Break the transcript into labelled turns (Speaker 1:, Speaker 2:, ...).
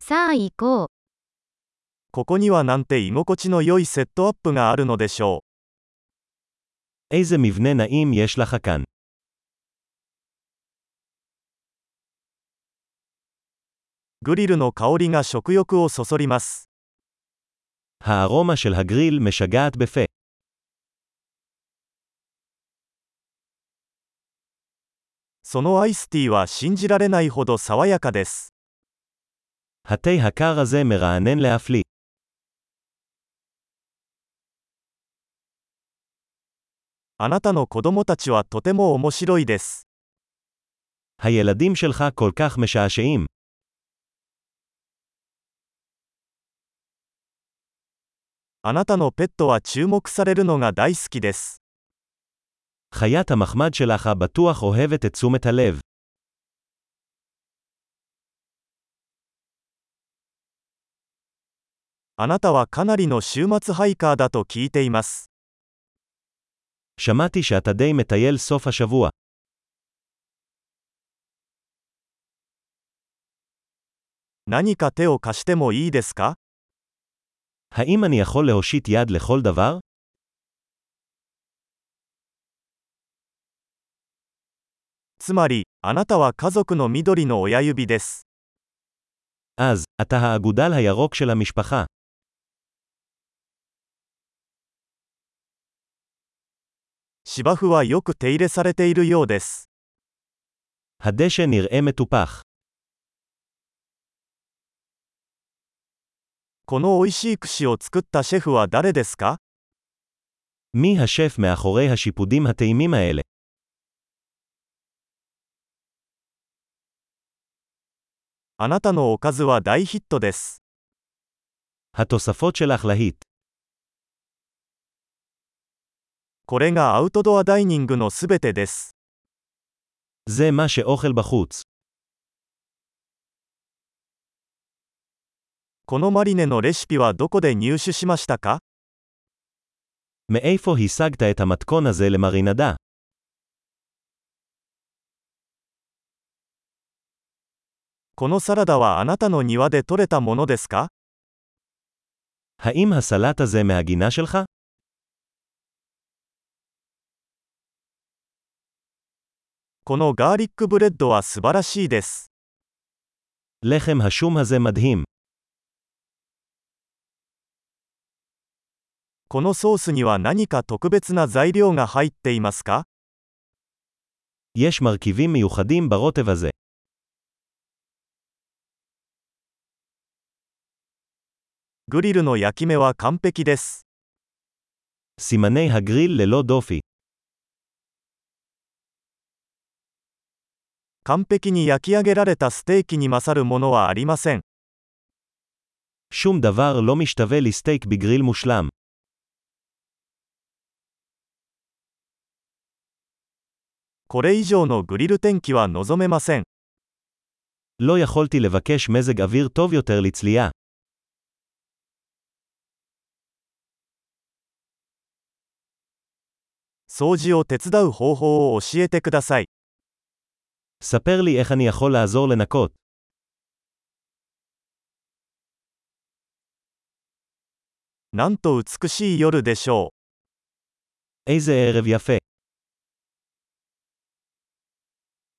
Speaker 1: さあ行こう。
Speaker 2: ここにはなんて居心地の良いセットアップがあるのでしょ
Speaker 3: איזה מבנה נעים יש לך כאן.
Speaker 2: う。グリルの香りが食欲をそそります。
Speaker 3: הארומה של הגריל משגעת בפה.
Speaker 2: そのアイスティーは信じられないほど爽やかです。
Speaker 3: התה הקר הזה מרענן להפליא.
Speaker 2: あなたの子供たちはとても面白いです。
Speaker 3: הילדים שלך כל כך משעשעים.
Speaker 2: あなたのペットは注目されるのが大好きです。
Speaker 3: חיית המחמד שלך בטוח אוהבת את תשומת הלב.
Speaker 2: あなたはかなりの週末ハイカーだと聞いています。
Speaker 3: שמעתי שאתה די מטייל סוף השבוע.
Speaker 2: 何か手を貸してもいいですか
Speaker 3: האם אני יכול להושיט יד לכל דבר?
Speaker 2: つまり、あなたは家族の緑の親指です。
Speaker 3: אז, אתה האגודל הירוק של המשפחה.
Speaker 2: 芝生はよく手入れされているようです。
Speaker 3: הדשא נראה מטופח.
Speaker 2: この美味しい串を作ったシェフは誰ですか
Speaker 3: מי השף מאחורי השיפודים הטעימים האלה?
Speaker 2: あなたのおかずは大ヒットです。
Speaker 3: התוספות שלך להיט.
Speaker 2: これがアウトドアダイニングのすべてです。
Speaker 3: זה מה שאוכל בחוץ.
Speaker 2: このマリネのレシピはどこで入手しましたか
Speaker 3: מאיפה השגת את המתכון הזה למרינדה?
Speaker 2: このサラダはあなたの庭で採れたものですか
Speaker 3: האם הסלט הזה מהגינה שלך?
Speaker 2: このガーリックブレッドは素晴らしいです。
Speaker 3: לחם השום הזה מדהים.
Speaker 2: このソースには何か特別な材料が入っていますか
Speaker 3: יש מרכיבים מיוחדים ברוטב הזה.
Speaker 2: グリルの焼き目は完璧です。
Speaker 3: סימני הגריל ללא דופי.
Speaker 2: 完璧に焼き上げられたステーキに勝るものはありません。
Speaker 3: שום דבר לא משתווה לסטייק בגריל מושלם.
Speaker 2: これ以上のグリル天気は望めません。
Speaker 3: לא יכולתי לבקש מזג אוויר טוב יותר לצלייה.
Speaker 2: 掃除を手伝う方法を教えてください。
Speaker 3: ספר לי איך אני יכול לעזור לנקות.
Speaker 2: なんと美しい夜でしょう。
Speaker 3: איזה ערב יפה.